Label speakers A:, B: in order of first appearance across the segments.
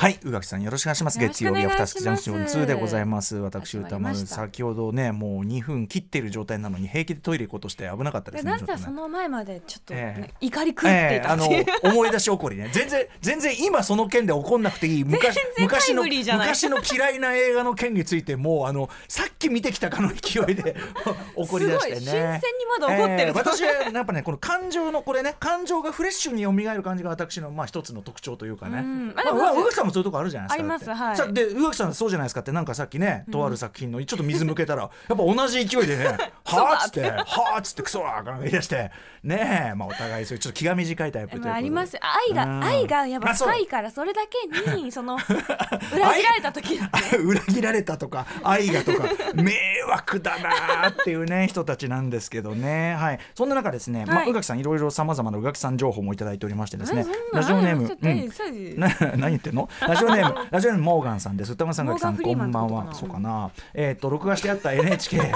A: はい宇垣さんよろしくお願いします
B: よろし
A: 月
B: くお
A: 曜
B: 願
A: 日
B: い
A: ア
B: し
A: フ
B: ます
A: タースクジャンクション2でございます私
B: 始ま
A: 歌
B: りま
A: 丸
B: した
A: 先ほどねもう2分切ってる状態なのに平気でトイレ行こうとして危なかったで
B: です
A: ね
B: なぜ
A: ちょっ
B: か
A: とね
B: その前までちょっと、ね
A: え
B: 怒り狂って
A: え
B: い
A: え
B: た
A: あ
B: っ
A: の
B: ていう、
A: 思い出し怒りね全然全然今その件で怒んなくて いい昔
B: 全然タ
A: 昔
B: イ
A: の
B: ムリーじゃない
A: 昔の嫌いな映画の件についてもうあのさっき見てきたかの勢い で怒り出してね
B: すごい新鮮にまだ怒ってる
A: ええ私はやっぱねこの感情のこれね感情がフレッシュに蘇る感じが私のまあ一つの特徴というかね、
B: うん
A: ま
B: あ
A: あ
B: でも
A: うわ宇垣さんもそういうとこあるじゃないですか
B: あります
A: だって
B: はい
A: さで宇垣さんそうじゃないですかってなんかさっきねとある作品のちょっと水向けたら、やっぱ同じ勢いで ねはあっつってはあっつってクソーなんか言い出してねえまあお互いそういうちょっと気が短いタイプということ
B: まあ、
A: で
B: あります愛が、
A: うん
B: 愛がやっぱ
A: あそう
B: 深いからそれだけ にその裏切られた時だ
A: 裏切られたとか愛がとか迷惑だなーっていうね人たちなんですけどねはいそんな中ですね、ま
B: は
A: あ
B: い
A: 宇垣さんいろいろさまざまな宇垣さん情報もいただいておりましてですね
B: うん
A: ラジオネーム
B: ちょっと
A: うん
B: ちょっとちょっと
A: な 何言ってんのラジオネー ムラジオネームモーガンさんです歌丸さんがきさん
B: モーガ
A: こ
B: ンフリ
A: ん
B: ー
A: ば
B: マン
A: ん
B: ってことかな
A: はそうかなえっ、と録画してあった NHK ね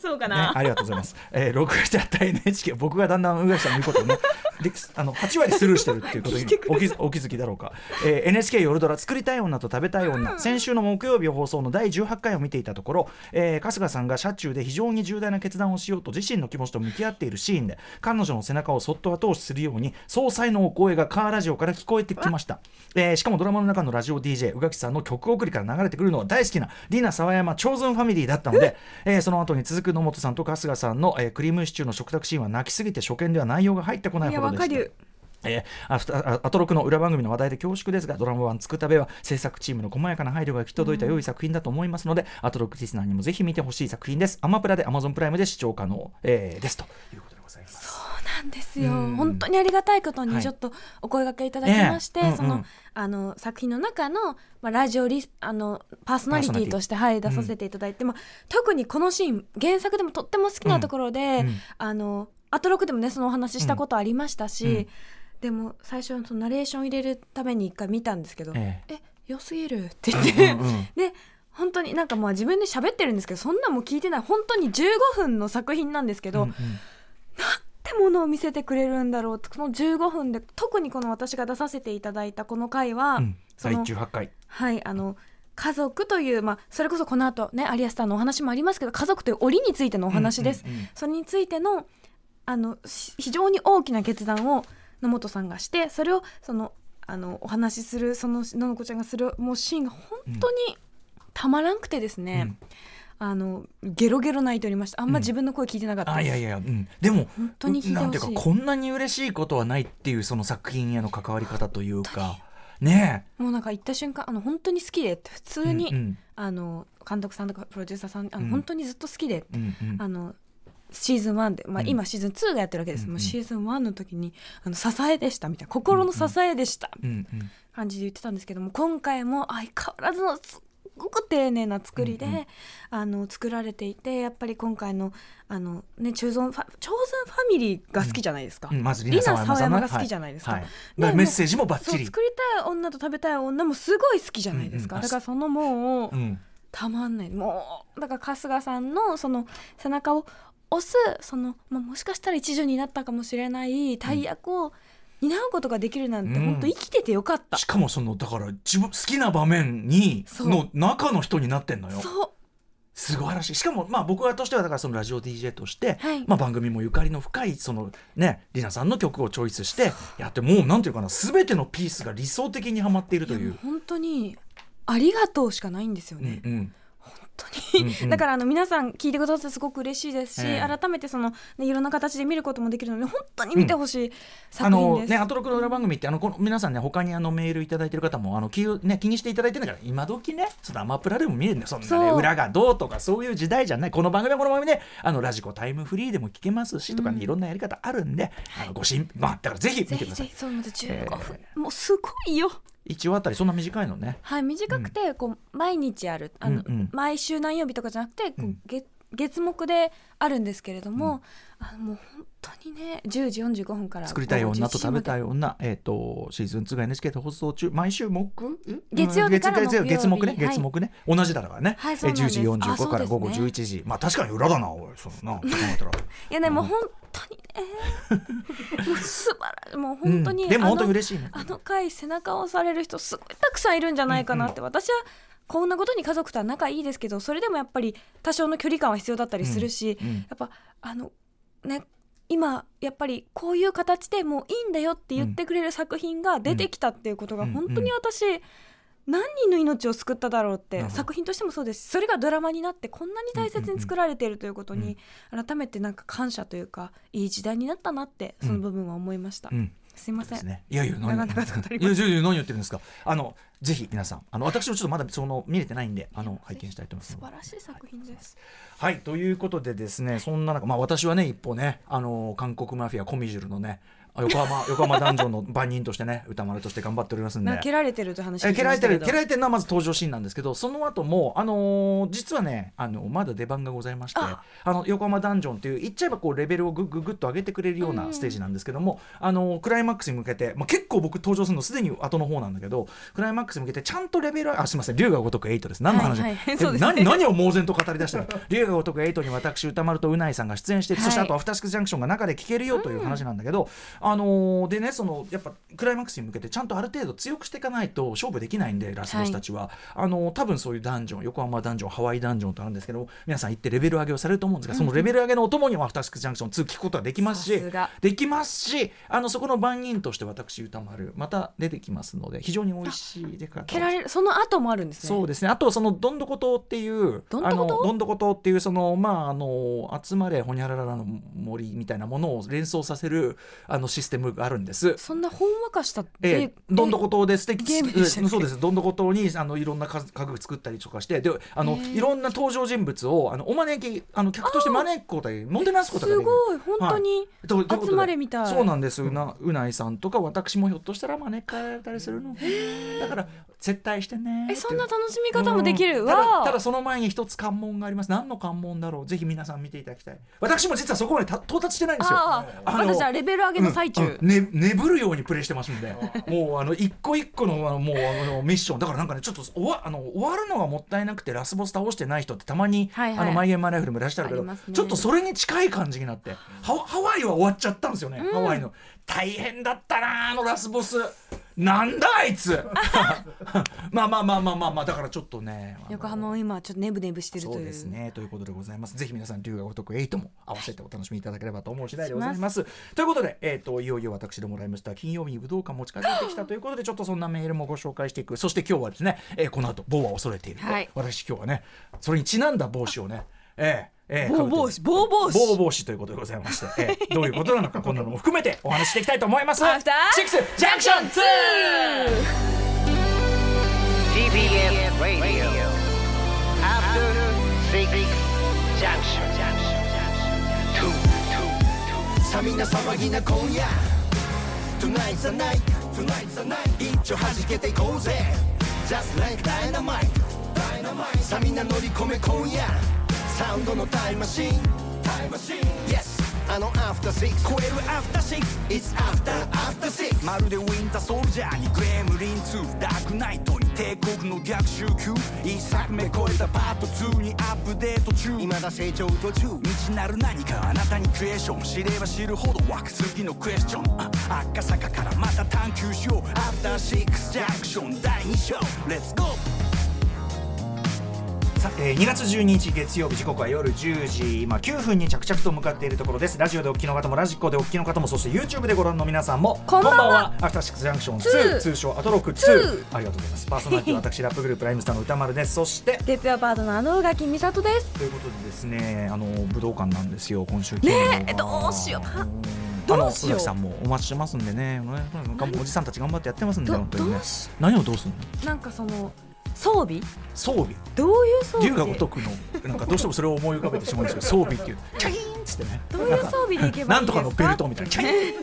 B: そうかな、
A: ありがとうございます、えー、録画してあった NHK 僕がだんだん宇垣さんの言うことをね であの8割スルーしてるっていうことに
B: 聞いてく
A: お気づお気づきだろうか、えー NHK 夜ドラ「作りたい女と食べたい女」先週の木曜日放送の第18回を見ていたところ、えー春日さんが車中で非常に重大な決断をしようと自身の気持ちと向き合っているシーンで彼女の背中をそっと後押しするように総裁のお声がカーラジオから聞こえてきました、えーしかもドラマの中のラジオ DJ 宇垣さんの曲送りから流れてくるのは大好きなリナ沢山長ズンファミリーだったので、えーその後に続く野本さんと春日さんの、えークリームシチューの食卓シーンは泣きすぎて初見では内容が入ってこないほ
B: いや
A: ど
B: わ
A: で
B: か
A: した
B: る
A: えーアフタあアトロクの裏番組の話題で恐縮ですがドラマ版「つくたべ」は制作チームの細やかな配慮が行き届いた良い作品だと思いますので、アトロクリスナーにもぜひ見てほしい作品ですアマプラでアマゾンプライムで視聴可能、えーですということでございます
B: なんですよ
A: うん
B: 本当にありがたいこと
A: は
B: に
A: い
B: ちょっとお声掛けいただきまして、
A: ええうんうん
B: そのあの作品の中の、まあ、ラジオリスあのパーソナリティとして、はい、
A: ナ
B: 出
A: リティ
B: させていただいて、まあ、特にこのシーン原作でもとっても好きなところで、
A: うんうん
B: あのアトロクでもねそのお話ししたことありましたし、
A: うんうん
B: でも最初そのナレーション入れるために一回見たんですけど「え
A: え
B: 良すぎる」って言って、
A: ー うんうん
B: で本当になんかまあ自分で喋ってるんですけどそんなんもう聞いてない本当に15分の作品なんですけど、
A: うんうん
B: ってものを見せてくれるんだろうってこの15分で特にこの私が出させていただいたこの回は、
A: うん
B: そ
A: 第
B: の
A: 18回
B: はいあの家族という、まあ、それこそこの後ね有安さんのお話もありますけど家族という折についてのお話です、
A: うんうんうん
B: それについてのあのし非常に大きな決断を野本さんがしてそれをそのあのお話しするそのののこちゃんがするもうシーンが本当にたまらんくてですね、あのゲロゲロ泣いておりましたあんま自分の声聞いてなかった
A: あ
B: です、
A: いやいやいや、うん、でも
B: 本当に聞いて
A: なん
B: ほ
A: ていう
B: し
A: か
B: い。
A: こんなに嬉しいことはないっていうその作品への関わり方というかねえ
B: もうなんか行った瞬間あの本当に好きでって普通に、
A: うんうん
B: あの監督さんとかプロデューサーさんあの、
A: うん
B: 本当にずっと好きで、
A: うんうん
B: あのシーズン1で、まあ、
A: うん
B: 今シーズン2がやってるわけです、
A: うんうん
B: もうシーズン1の時にあの支えでしたみたいな心の支えでしたみたい
A: うんうん
B: な感じで言ってたんですけども今回も相変わらずのすっごく丁寧な作りで、
A: うんうん
B: あの作られていてやっぱり今回のあの、ね、チョーズンファチョーズンファミリーが好きじゃないですか。
A: うんまず
B: リナ
A: 沢
B: 沢
A: さん
B: 山
A: な
B: が好きじゃないですか。
A: はいはい
B: で
A: だから
B: もう
A: メッセージもバッ
B: そ
A: チ
B: う
A: リ
B: 作りたい女と食べたい女もすごい好きじゃないですか、
A: うんうん
B: だからそのもう、
A: うん
B: たまんないもうだから春日さんのその背中を押すその、まあ、もしかしたら一助になったかもしれない大役を担うことができるなんて、
A: うん
B: 本当生きててよかった、
A: しかもそのだから自分好きな場面に
B: そう
A: の中の人になってんのよ
B: そう
A: 素晴らしいしかもまあ僕らとしてはだからそのラジオ DJ として、
B: はい
A: まあ、番組もゆかりの深いそのねりなさんの曲をチョイスしてやってもうなんていうかな全てのピースが理想的にはまっていると
B: いや
A: い
B: もう
A: う。
B: 本当にありがとうしかないんですよね、
A: うんうん
B: 本当に、
A: うんうん
B: だからあの皆さん聞いてくださってすごく嬉しいですし、
A: ええ
B: 改めてその、ね、いろんな形で見ることもできるので本当に見てほしい
A: あ
B: 作品
A: の
B: です、
A: ね、アトロクの裏番組ってあのこの皆さんね他にあのメールいただいてる方もあの気,、ね、気にしていただいてるんだから今時ねそのアマプラでも見れるんだよそんなね
B: そう
A: 裏がどうとかそういう時代じゃないこの番組はこの番組であのラジコタイムフリーでも聞けますしとかね、
B: うん
A: いろんなやり方あるんであのご心配、まあ、だからぜひ見
B: ぜ
A: て
B: ひ
A: ください
B: ぜひそうまた15分、
A: え
B: もうすごいよ
A: 一話あたりそんな短いのね
B: はい短くてこう毎日あるあの、
A: うんうん
B: 毎週何曜日とかじゃなくてこう
A: うん
B: 月月目であるんですけれども、あのもう本当にね10時45分から
A: 作りたい女と食べた
B: い
A: い女、えー、とシーズン2が NHK で放送中毎週木ん
B: 月曜日から木曜日
A: 月木ね
B: はい
A: 月木ね、同じだからね、
B: はい
A: え
B: そうなんです
A: 10時
B: あ
A: 45
B: そうですね
A: から午後11時、まあ確かに裏だなおいそのな考えたら
B: いやねもう本当にねもう素晴らしいもう本当に、
A: うんでも
B: あ
A: 本当
B: の
A: に嬉しいね
B: あの回背中を押される人すごいたくさんいるんじゃないかなって、私はこんなことに家族とは仲いいですけどそれでもやっぱり多少の距離感は必要だったりするし、
A: うん
B: やっぱあのね今やっぱりこういう形でもういいんだよって言ってくれる作品が出てきたっていうことが
A: うん
B: 本当に私何人の命を救っただろうっ
A: なる
B: て
A: ほど
B: 作品としてもそうですしそれがドラマになってこんなに大切に作られているということに改めてなんか感謝というかいい時代になったなってその部分は思いました、
A: うん
B: すいませ
A: で
B: ん、
A: すね。いやいや、
B: 長々と語り
A: いやいやいや何言ってるんですか。あの、ぜひ皆さん、あの、私もちょっとまだその見れてないんで、あの、拝見したいと思います
B: 素。晴らしい作品です、
A: はい、ということでですね、そんな中、まあ、私はね、一方ね、あの、韓国マフィアコミジュルのね。あ横浜、横浜ダンジョンの番人としてね、歌丸として頑張っており ますんで。
B: なんか蹴られてるという話
A: え
B: 聞
A: 蹴
B: き
A: ら
B: ま
A: れ
B: してたけ
A: る
B: ど
A: 蹴られてるのはまず登場シーンなんですけどその後もあのー実はねあのまだ出番がございましてあ
B: あ
A: の横浜ダンジョンっていう言っちゃえばこうレベルをぐぐぐっと上げてくれるよう
B: う
A: なんステージなんですけども、あのークライマックスに向けて、まあ、結構僕登場するのすでに後の方なんだけどクライマックスに向けてちゃんとレベルあすみません龍が如く8です何の話、
B: はいはい
A: え
B: そうですね
A: 何 何を猛然と語り出したの龍が如く8に私歌丸とうないさんが出演している、そして
B: は
A: あ
B: い
A: とアフターシックスジャンクションが中で聞けるよという話なんだけど、あのーでねそのやっぱクライマックスに向けてちゃんとある程度強くしていかないと勝負できないんでラスボスたちは、あのー多分そういうダンジョン横浜ダンジョンハワイダンジョンとあるんですけど皆さん行ってレベル上げをされると思うんですが、そのレベル上げのお供にもアフターシックスジャンクション2聞くことはできますし
B: さすが
A: できますしあのそこの番人として私歌丸また出てきますので非常に美味しい出方を
B: 蹴られるその後もあるんですね
A: そうですね。あとそのどんどこ島っていう
B: どん
A: あ
B: どこ
A: の
B: 島
A: どんどこ島っていうそのまああの集まれほにゃらららの森みたいなものを連想させるあのシステムがあるんです。
B: そんなほんわかした
A: ええ
B: え、
A: どんどこ島で素敵
B: ゲームでしたっけ
A: そうですどんどこ島にあのいろんな家家具作ったりとかしてであの、
B: ええ
A: いろんな登場人物をあのお招きあの客として招くことができるもてなすことが
B: す
A: できる。
B: ごい本当に、
A: とということで
B: 集まれみたい
A: そうなんですうなうないさんとか私もひょっとしたら招かれたりするのかなだから絶対してね
B: えそんな
A: って
B: 楽しみ方もできる、
A: うんた
B: わ
A: だ
B: あ
A: ただその前に一つ関門があります何の関門だろうぜひ皆さん見ていただきたい私も実はそこまでた到達してないんですよ
B: ああ
A: の
B: まだじゃあレベル上げの最中、
A: うんうんね、眠るようにプレイしてますんでもうあの一個一個のあのもうあのミッションだからなんかねちょっと終わあの終わるのがもったいなくてラスボス倒してない人ってたまに「
B: はいはい
A: あのマイ・ゲーム・マイ・ライフ」でもいらっしゃるけど、
B: ありますね
A: ちょっとそれに近い感じになってハワハワイは終わっちゃったんですよね、ハワイの大変だったなあのラスボスなんだあい つ まあまあまあまあまあまあだからちょっとねあの
B: 横浜を今ちょっとネブネブしてるという
A: そうですねということでございますぜひ皆さん龍が如く8も合わせてお楽しみいただければと思う次第でございますということで、えー、といよいよ私どもライムスター金曜日に武道館も近づいてきたということでちょっとそんなメールもご紹介していくそして今日はですね、えーこの後棒は恐れている、
B: はい
A: 私今日はねそれにちなんだ帽子をねえーえー
B: 棒帽子棒帽
A: 棒
B: 子
A: 帽子ということでございまして、えーどういうことなのかこんなのも含めてお話ししていきたいと思います
B: アフター
A: シックスジャンクション 2!
C: TBS Radio. After Six Junction. Two, two, two.
D: さみんな騒ぎな今夜 Tonight's the night Tonight's the night 一丁弾けていこうぜ Just like dynamite Dynamite さみんな乗り込め今夜サウンドのタイムマシンタイムマシン Yes あのアフターシックス超えるアフターシックス It's after after six
E: まるでウィンターソルジャーにグレムリン2ダークナイトに帝国の逆襲級一作目超えたパート2にアップデート中
D: 未だ成長途中
E: 未知なる何かあなたにクエスチョン知れば知るほど湧く次のクエスチョンあ赤坂からまた探求しようアフターシックスジャンクション第2章レッツゴー
A: さえー2月12日月曜日時刻は夜10時今9分に着々と向かっているところですラジオでお聞きの方もラジコでお聞きの方もそして YouTube でご覧の皆さんも
B: こんばんは
A: アフターシックスジャンクション2
B: 2
A: 通称アトロク2
B: 2
A: ありがとうございますパーソナリティは私ラップグループライムスターの歌丸ですそして
B: 月曜パートナーの宇垣美里です
A: ということでですねあの武道館なんですよ今週
B: ねえどうしよ
A: う
B: うか
A: んあ
B: ど
A: の
B: うしよ
A: 鈴
B: う
A: 木さんもお待ちしてますんでねねおじさんたち頑張ってやってますんで
B: ど
A: 本当にね
B: どうし
A: 何をどうするの
B: なんかその装備
A: 装備
B: どういう装
A: 龍
B: 備
A: が
B: で
A: 如くのなんかどうしてもそれを思い浮かべてしまうんですけど装備っていうキャイーンっつってね
B: どういう装備でいけばいいですか
A: なんとかのベルトみたいな、チャイン、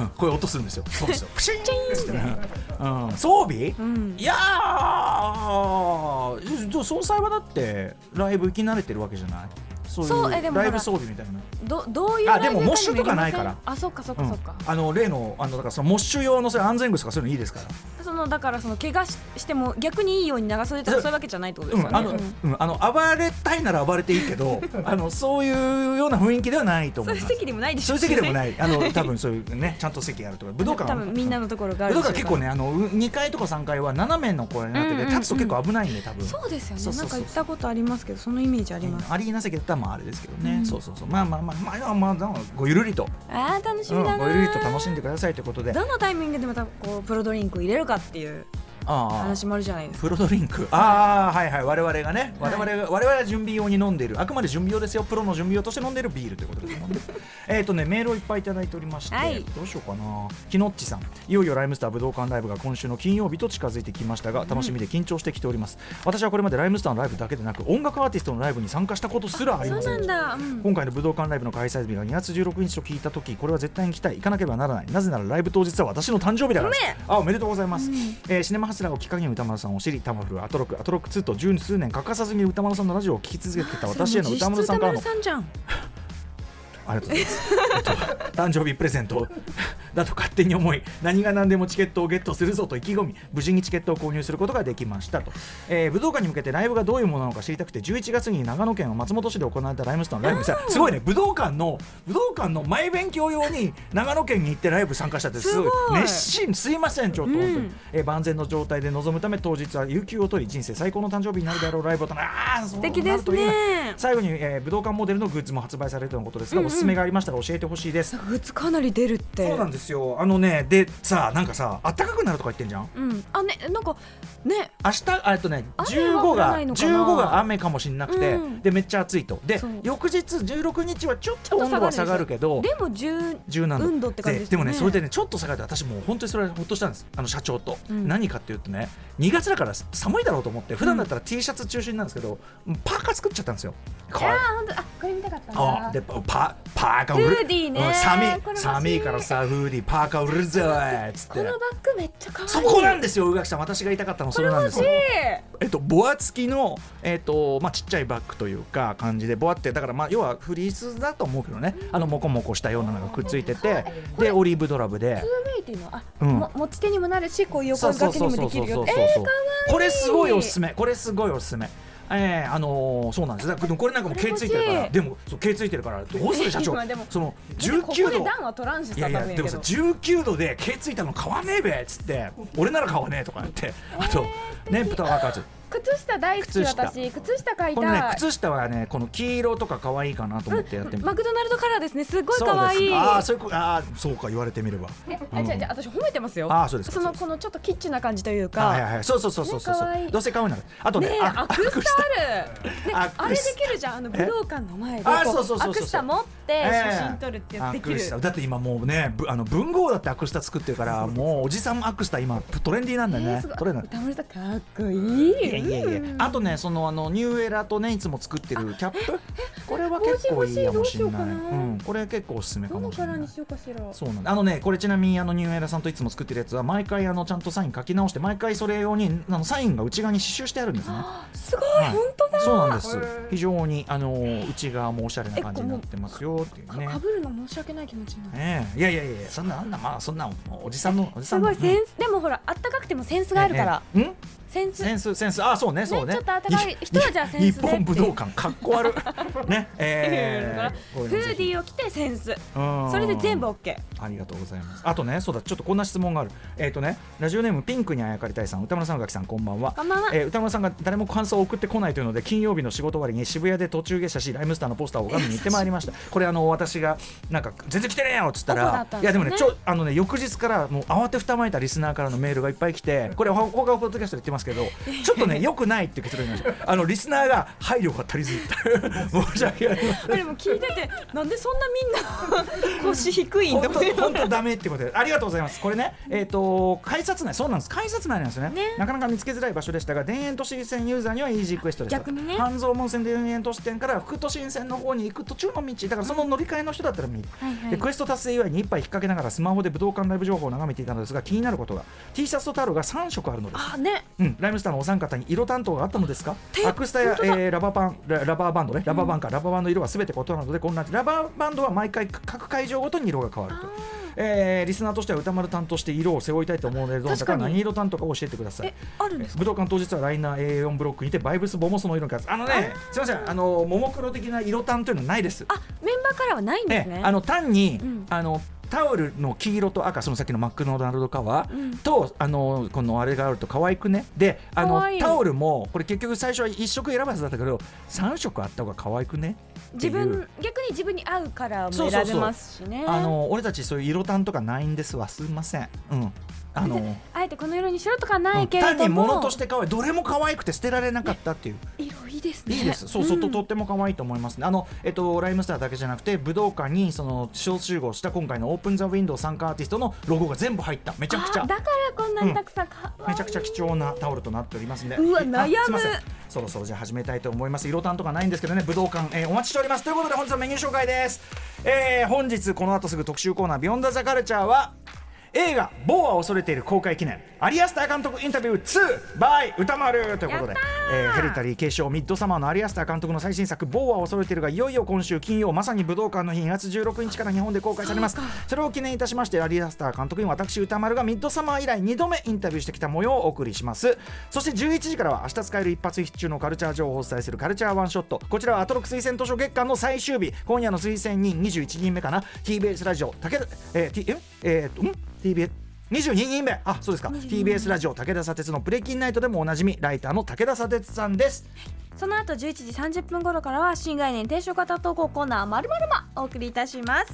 A: うん、こういう音するんですよ。そうですよ。プシュンっつってねうん、装備、
B: ん
A: いやー、でも総裁はだってライブ行き慣れてるわけじゃない。そう
B: そう
A: い
B: えで
A: う
B: もほら
A: ライブ装備みたいな
B: どどういう
A: あ
B: ライブ
A: でも
B: かに
A: 喪主とかないから
B: よりませんあそっかそっかそっか、
A: うんあの例のあのだからそのモッシュ用のそういう安全靴とかそういうのいいですから
B: そのだからその怪我ししても逆にいいように長袖とかそういうわけじゃないってこと
A: う
B: ですよ
A: ん、
B: ね、
A: あの、うん、あの暴れたいなら暴れていいけど、 あのそういうような雰囲気ではないと思
B: そう
A: い
B: いう
A: ます。
B: 席でもないでし
A: そ
B: ょ
A: ういう席でも
B: い
A: ない、あの多分そういうね、ちゃんと席あるとか、武道館は。
B: 多分みんなのところがあ
A: 武
B: る
A: 道
B: でし
A: 館
B: ょうから
A: 結構ね、あのう二階とか三階は斜めのこれになって
B: うんう
A: て、
B: んうん
A: 立つと結構危ないんで、多分。
B: そうですよね
A: そうそうそう
B: なんか行ったことありますけどそのイメージあります、
A: アリーナ席だったらまああれですけどね、
B: うん
A: そうそうそうまあまあまあまあまあまあ、まあ、ごゆるりと、
B: あー楽し
A: う
B: みだ
A: ん、
B: な、
A: ごゆるりと楽しんでくださいということであ
B: どのタイミングでまたこうプロドリンクを入れるかっていう
A: あ
B: 話もあるじゃないですか
A: プロドリンクああはいはい我々がね我
B: はい
A: 々が、我々が準備用に飲んでいるあくまで準備用ですよプロの準備用として飲んでいる ビールということですもんねえっとねメールをいっぱいいただいておりまして、
B: はい
A: どうしようかなきのっちさんいよいよライムスター武道館ライブが今週の金曜日と近づいてきましたが楽しみで緊張してきております、私はこれまでライムスターのライブだけでなく音楽アーティストのライブに参加したことすらあり
B: そ
A: ま
B: う
A: せんで
B: なん
A: した
B: だ、うん
A: 今回の武道館ライブの開催日が2月16日と聞いた時これは絶対に行きたい行かなければならないなぜならライブ当日は私の誕生日だからあおめでとうございます、えーシネマハスラーをきっかけに歌丸さんを知りタマフルアトロックアトロック2と十数年欠かさずに歌丸さんのラジオを聞き続けてた私への歌丸さんからの
B: それも実質歌丸さんじゃん
A: ありがとうございます。 えっと誕生日プレゼント だと勝手に思い、何が何でもチケットをゲットするぞと意気込み、無事にチケットを購入することができましたと、えー武道館に向けてライブがどういうものなのか知りたくて、11月に長野県松本市で行われたライムスターのライ ブさ、すごいね、武道館の武道館の前勉強用に長野県に行ってライブ参加したって、すごい
B: すごい
A: 熱心、すいません、ちょっと、本当にえー万全の状態で臨むため、当日は有給を取り、人生最高の誕生日になるであろうライブをとな、あーそう
B: 素
A: なると
B: 敵です
A: いいな
B: ね
A: 最後に、えー武道館モデルのグッズも発売されるとのことですが、おすすめがありましたら教えてほしいです。
B: グッズかなり出るって
A: そうなんですよあのねでさなんかさあったかくなるとか言ってんじゃん
B: うんあねなんかね
A: 明日あえっとね
B: 雨
A: 15
B: は降ら
A: が
B: ないのかな
A: 15が雨かもしれなくて、
B: うん
A: でめっちゃ暑いとで
B: そう
A: 翌日16日はちょっと
B: ちょっと
A: 温度は下
B: 下
A: が
B: が
A: る
B: る
A: けど
B: でも10
A: 17度
B: 運動って感じですよね
A: もねそれでねちょっと下がって私もう本当にそれはほっとしたんですあの社長と、
B: うん
A: 何かっていうとね2月だから寒いだろうと思って普段だったら T シャツ中心なんですけど、パーカー作っちゃったんですよかわいい
B: 本当あこれ見たかった
A: あでパパーカー売る
B: フーディーね
A: うん
B: こ
A: 寒い
B: れ欲しい
A: 寒いからさフーディーパーカー売るぞーっつって
B: グめっちゃ可愛い
A: そこなんですよ宇垣さん私が言いたかったのそれなんですよえっと、ボア付きの、えっとまあ、ちっちゃいバッグというか感じでボアってだから、まあ、要はフリースだと思うけどねあのモコモコしたようなのがくっついててでオリーブドラブで。
B: 2メイっていうのはあ、
A: うん
B: も持ち手にもなるしこういう横掛けにもできるよってえー
A: うこれすごいおすすめこれすごいおすすめえー、あのーそうなんですだからこれなんかもう
B: こ
A: 毛
B: れ欲
A: つい
B: しい
A: てるからでもそう毛ついてるからどうする社長
B: 今でも
A: その
B: でもここ
A: 19
B: で
A: 度
B: 段は取らんしさ
A: いやいや
B: 多分
A: でも
B: け
A: さ
B: ど
A: 19度で毛ついたの買わねえべっつって俺なら買わねえとか言ってあとね豚は赤ず
F: 靴下大好き
A: 靴下
F: 私靴下買い
A: このね
F: たい
A: 靴下はねこの黄色とか可愛いかなと思ってやってみた、
B: マクドナルドカラーですねすごい
A: そう
B: 可
A: です
B: 愛い
A: ねああそういうこあーそうか言われてみれば
F: あ違う違う私褒めてますよ
A: あーそうですか
F: その
A: そ
F: このちょっとキッチュな感じという
A: あはい
F: か
A: はいそうそうそうそうそう
F: ね可愛い
A: どうせ買うならあとね
F: ねえアクスタある
A: アクスタ
F: あれできるじゃんあの武道館の前で
A: えあ
F: こ
A: ーそうそうそうそう
F: アクスタ持って写真撮るってやつでき
A: ア
F: る
A: クスタだって今もうねぶあの文豪だってアクスタ作ってるからもうおじさんアクスタ今トレンディーなんだよね、
F: えーすごい
A: トレンド
F: 歌丸さんかっこいい
A: いやいやいやあとねそのあのニューエラとねいつも作ってるキャップこれは結構いいかもしれない
F: 欲しい欲しいどうしよう
A: う、
F: かなん
A: これ結構おすすめか
F: ど
A: も
F: の
A: し
F: カ
A: れ
F: ラ
A: な
F: ー
A: い
F: にしようかしら
A: そうなんだあのねこれちなみにあのニューエラさんといつも作ってるやつは毎回あのちゃんとサイン書き直して毎回それ用にあのサインが内側に刺繍してあるんですね
B: すごい、
A: はい
B: 本当だ
A: そうなんです非常にあの内側もおしゃれな感じになってますよっていうね
B: かぶるの申し訳ない気持ちになる
A: ねえいやいやいやそんなあんなまあそんなもうおじさんのおじさ
B: す
A: んの
B: ごいセンス、でもほらあったかくてもセンスがあるから、、
A: うんええうん
B: センス
A: センスセンスあそうねそうね
B: ちょっと温かい人はじゃあセンスで
A: 日本武道館かっこ悪いね
B: だか
A: え
B: ら
A: ーこう
B: フ
A: いうの
B: ーデ
A: ぜ
B: ィ
A: ひ
B: ーを着てセンス
A: うん
B: それで全部 OK
A: ありがとうございますあとねそうだちょっとこんな質問があるえっ、とねラジオネームピンクにあやかりたいさん歌村さん宇垣さんこんばんは
B: こんばんは
A: えー歌村さんが誰も感想を送ってこないというので金曜日の仕事終わりに渋谷で途中下車しライムスターのポスターを拝みに行ってまいりましたこれあの私がなんか全然来てねえよっつったら
B: どこだった
A: い
B: んで
A: や
B: す
A: で
B: か
A: も
B: ね
A: ねちょあのね翌日からもう慌てふたまいたリスナーからのメールがいっぱい来てこれほ他のポッドキャストで言ってますけどちょっとね良くないって結論になりましたあのリスナーが配慮が足りず申し訳ありません
B: これも聞いて てなんでそんなみんな腰低いんだ
A: 本当本当ダメってことでありがとうございますこれねえっ、と改札内そうなんです改札内なんですよねなかなか見つけづらい場所でしたが田園都市線ユーザーにはイージークエストでした
B: あ逆にね
A: 半蔵門線田園都市線から副都心線の方に行く途中の道だからその乗り換えの人だったら見る、
B: いはい
A: でクエスト達成祝いに一杯引っ掛けながらスマホで武道館ライブ情報を眺めていたのですが気になることが T シャツとタオルが3色あるのです
B: あね
A: うん、うん、ライムスターのお三方に色担当があったのですかアクスタや、えーラバーパンララバーバンドねラバーバンか、ラバーバンドの色は全て異なるのでこんなラバーバンドは毎回各会場ごとに色が変わると、えーリスナーとしては歌丸担当して色を背負いたいと思うのでどなたか
B: 確かに
A: 何色担当か教えてください
B: あるんです
A: 武道館当日はライナー A4 ブロックにてバイブスボもその色に変わるあのねすいませんあのももクロ的な色単というのはないです
B: あメンバーからはないんです
A: ええ
B: ね
A: あの単に、
B: ん
A: あのタオルの黄色と赤その先のマクドナルドカワー、とあのこのあれがあると可愛くねであの
B: 可愛い
A: タオルもこれ結局最初は1色選ばずだったけど3色あった方が可愛くねってい
B: 自
A: う
B: 分逆に自分に合うカラー
A: そう
B: も
A: そうそう
B: 選べますしね
A: あの俺たちそういう色単とかないんですわすいませんうんあの
B: あえてこの色にしろとかは
A: う
B: なんいけれども、
A: 単に物として可愛いどれも可愛くて捨てられなかったっていう、
B: 色いいですね
A: いいです、そう、外とっても可愛いと思いますね、あの、えっと、ライムスターだけじゃなくて、武道館に、その、小集合した今回のオープンザウィンドウ参加アーティストのロゴが全部入った。めちゃくちゃ
B: あ。だからこんなにたくさんか、
A: めちゃくちゃ貴重なタオルとなっておりますんで
B: うわ
A: あ
B: 悩む
A: すいませんそろそろじゃあ始めたいと思います色担とかないんですけどね武道館、えーお待ちしておりますということで本日のメニュー紹介です、えー本日この後すぐ特集コーナー「ビヨンドザカルチャーは映画「ボーは恐れている公開記念」アリアスター監督インタビュー2 by 歌丸ということで、えーヘリタリー継承ミッドサマーのアリアスター監督の最新作「ボーは恐れている」がいよいよ今週金曜まさに武道館の日2月16日から日本で公開されますそれを記念いたしましてアリアスター監督に私歌丸がミッドサマー以来2度目インタビューしてきた模様をお送りしますそして11時からは明日使える一発必中のカルチャー情報をお伝えするカルチャーワンショットこちらはアトロック推薦図書月間の最終日今夜の推薦人21人目かな TBS ラジオ武田えー、T ええーとん TBS 22人目あそうですか TBS ラジオ武田砂鉄の「プレキンナイト」でもおなじみライターの武田砂鉄さんです
B: その後11時30分頃からは新概念提唱型投稿コーナーまるまるまお送りいたします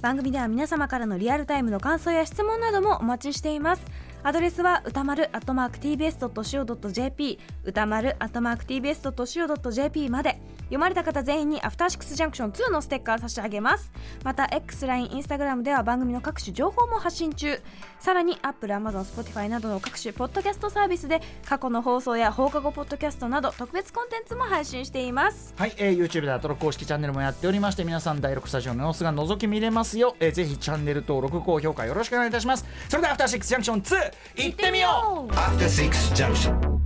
B: 番組では皆様からのリアルタイムの感想や質問などもお待ちしていますアドレスは歌丸 @tbs.co.jp 歌丸 @tbs.co.jp まで読まれた方全員にアフターシックスジャンクション2のステッカー差し上げますまた X、LINE、Instagram では番組の各種情報も発信中さらに Apple、Amazon、Spotify などの各種ポッドキャストサービスで過去の放送や放課後ポッドキャストなど特別コンテンツも配信しています
A: はい、えー YouTube でアトロック公式チャンネルもやっておりまして皆さん第6スタジオの様子が覗き見れますよ、えーぜひチャンネル登録高評価よろしくお願いいたしますそれではアフターシックスジャンクション2いってみよう
D: アフターシックスジャンクション